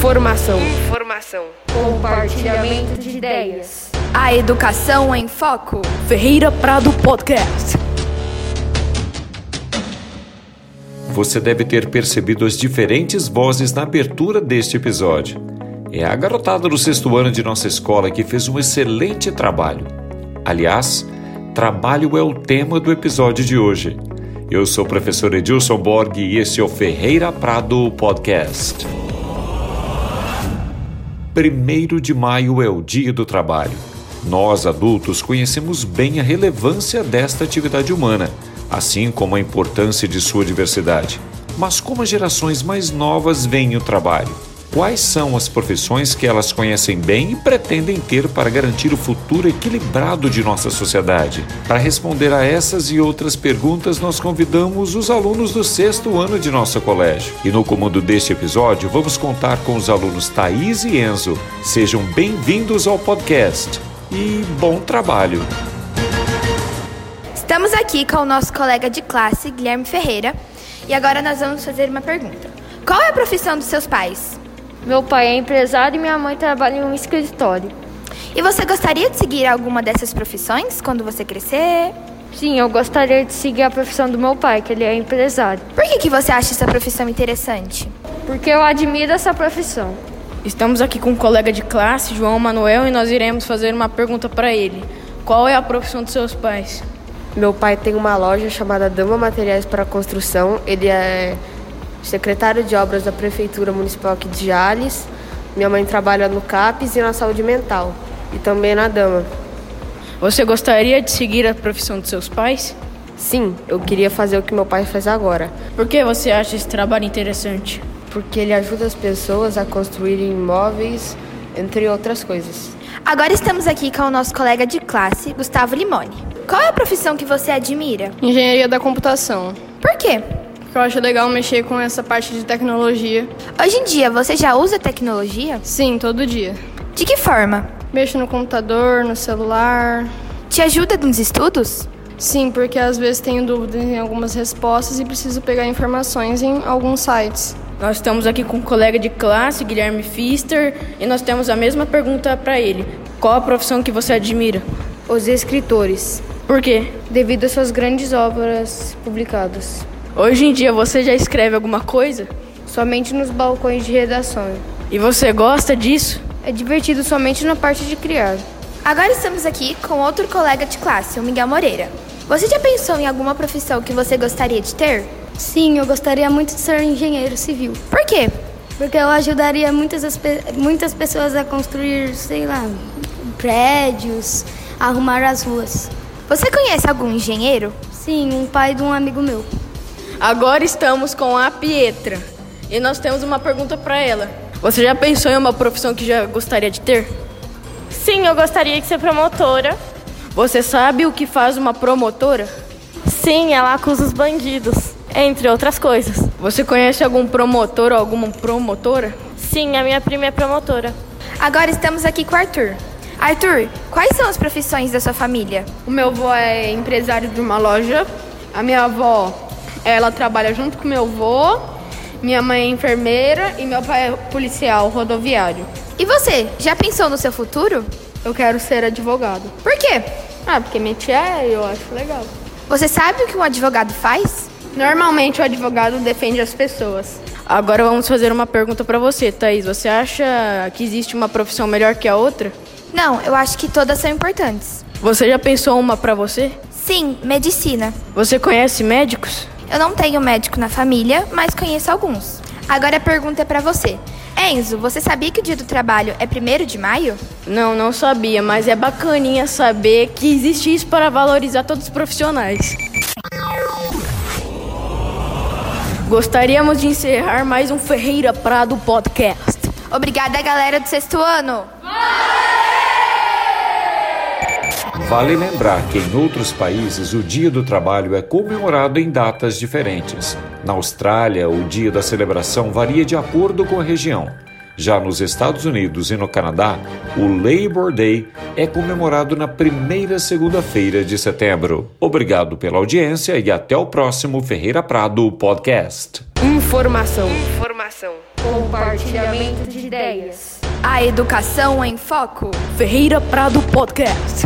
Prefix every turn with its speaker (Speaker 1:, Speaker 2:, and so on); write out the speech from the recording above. Speaker 1: Formação. Informação.
Speaker 2: Compartilhamento de ideias.
Speaker 3: A educação em foco.
Speaker 4: Ferreira Prado Podcast.
Speaker 5: Você deve ter percebido as diferentes vozes na abertura deste episódio. É a garotada do sexto ano de nossa escola que fez um excelente trabalho. Aliás, trabalho é o tema do episódio de hoje. Eu sou o professor Edilson Borg e este é o Ferreira Prado Podcast. 1 de maio é o Dia do Trabalho. Nós, adultos, conhecemos bem a relevância desta atividade humana, assim como a importância de sua diversidade. Mas como as gerações mais novas veem o trabalho? Quais são as profissões que elas conhecem bem e pretendem ter para garantir o futuro equilibrado de nossa sociedade? Para responder a essas e outras perguntas, nós convidamos os alunos do sexto ano de nosso colégio. E no comando deste episódio, vamos contar com os alunos Thaís e Enzo. Sejam bem-vindos ao podcast e bom trabalho!
Speaker 3: Estamos aqui com o nosso colega de classe, Guilherme Ferreira, e agora nós vamos fazer uma pergunta. Qual é a profissão dos seus pais?
Speaker 2: Meu pai é empresário e minha mãe trabalha em um escritório.
Speaker 3: E você gostaria de seguir alguma dessas profissões quando você crescer?
Speaker 2: Sim, eu gostaria de seguir a profissão do meu pai, que ele é empresário,
Speaker 3: Por que, que você acha essa profissão interessante?
Speaker 2: porque eu admiro essa profissão.
Speaker 6: Estamos aqui com um colega de classe, João Manuel, e nós iremos fazer uma pergunta para ele. Qual é a profissão dos seus pais?
Speaker 7: Meu pai tem uma loja chamada Dama Materiais para Construção. Ele é secretário de obras da Prefeitura Municipal aqui de Jales. Minha mãe trabalha no CAPES e na saúde mental. E também na Dama.
Speaker 6: Você gostaria de seguir a profissão dos seus pais?
Speaker 7: Sim, eu queria fazer o que meu pai faz agora.
Speaker 6: Por que você acha esse trabalho interessante?
Speaker 7: Porque ele ajuda as pessoas a construírem imóveis, entre outras coisas.
Speaker 3: Agora estamos aqui com o nosso colega de classe, Gustavo Limone. Qual é a profissão que você admira?
Speaker 8: Engenharia da computação.
Speaker 3: Por quê?
Speaker 8: Porque eu acho legal mexer com essa parte de tecnologia.
Speaker 3: Hoje em dia, você já usa tecnologia?
Speaker 8: Sim, todo dia.
Speaker 3: De que forma?
Speaker 8: Mexo no computador, no celular.
Speaker 3: Te ajuda nos estudos?
Speaker 8: Sim, porque às vezes tenho dúvidas em algumas respostas e preciso pegar informações em alguns sites.
Speaker 6: Nós estamos aqui com um colega de classe, Guilherme Fister, e nós temos a mesma pergunta para ele. Qual a profissão que você admira?
Speaker 9: Os escritores,
Speaker 6: Por quê?
Speaker 9: devido às suas grandes obras publicadas,
Speaker 6: Hoje em dia você já escreve alguma coisa?
Speaker 9: somente nos balcões de redação.
Speaker 6: E você gosta disso?
Speaker 9: É divertido somente na parte de criar.
Speaker 3: Agora estamos aqui com outro colega de classe, o Miguel Moreira. Você já pensou em alguma profissão que você gostaria de ter?
Speaker 10: Sim, eu gostaria muito de ser um engenheiro civil,
Speaker 3: Por quê?
Speaker 10: porque eu ajudaria muitas, as pe- muitas pessoas a construir, sei lá, prédios, arrumar as ruas.
Speaker 3: Você conhece algum engenheiro?
Speaker 10: Sim, um pai de um amigo meu.
Speaker 6: Agora estamos com a Pietra e nós temos uma pergunta para ela. Você já pensou em uma profissão que já gostaria de ter?
Speaker 11: Sim, eu gostaria de ser promotora.
Speaker 6: Você sabe o que faz uma promotora?
Speaker 11: Sim, ela acusa os bandidos, entre outras coisas.
Speaker 6: Você conhece algum promotor ou alguma promotora?
Speaker 11: Sim, a minha prima é promotora.
Speaker 3: Agora estamos aqui com o Arthur. Arthur, quais são as profissões da sua família?
Speaker 12: O meu avô é empresário de uma loja. A minha avó, ela trabalha junto com meu avô. Minha mãe é enfermeira e meu pai é policial rodoviário.
Speaker 3: E você, já pensou no seu futuro?
Speaker 12: Eu quero ser advogado.
Speaker 3: Por quê?
Speaker 12: Ah, porque minha tia é, eu acho legal.
Speaker 3: Você sabe o que um advogado faz?
Speaker 12: Normalmente o advogado defende as pessoas.
Speaker 6: Agora vamos fazer uma pergunta para você, Thaís. Você acha que existe uma profissão melhor que a outra?
Speaker 3: Não, eu acho que todas são importantes.
Speaker 6: Você já pensou uma para você?
Speaker 3: Sim, medicina.
Speaker 6: Você conhece médicos?
Speaker 3: Eu não tenho médico na família, mas conheço alguns. Agora a pergunta é pra você. Enzo, você sabia que o dia do trabalho é 1 de maio?
Speaker 6: Não, não sabia, mas é bacaninha saber que existe isso para valorizar todos os profissionais. Gostaríamos de encerrar mais um Ferreira Prado Podcast.
Speaker 3: Obrigada, galera do sexto ano!
Speaker 5: Vale lembrar que em outros países o Dia do Trabalho é comemorado em datas diferentes. Na Austrália, o dia da celebração varia de acordo com a região. Já nos Estados Unidos e no Canadá, o Labor Day é comemorado na primeira segunda-feira de setembro. Obrigado pela audiência e até o próximo Ferreira Prado Podcast.
Speaker 1: Informação. Informação.
Speaker 13: Compartilhamento de ideias.
Speaker 2: A educação em foco.
Speaker 3: é Ferreira Prado Podcast.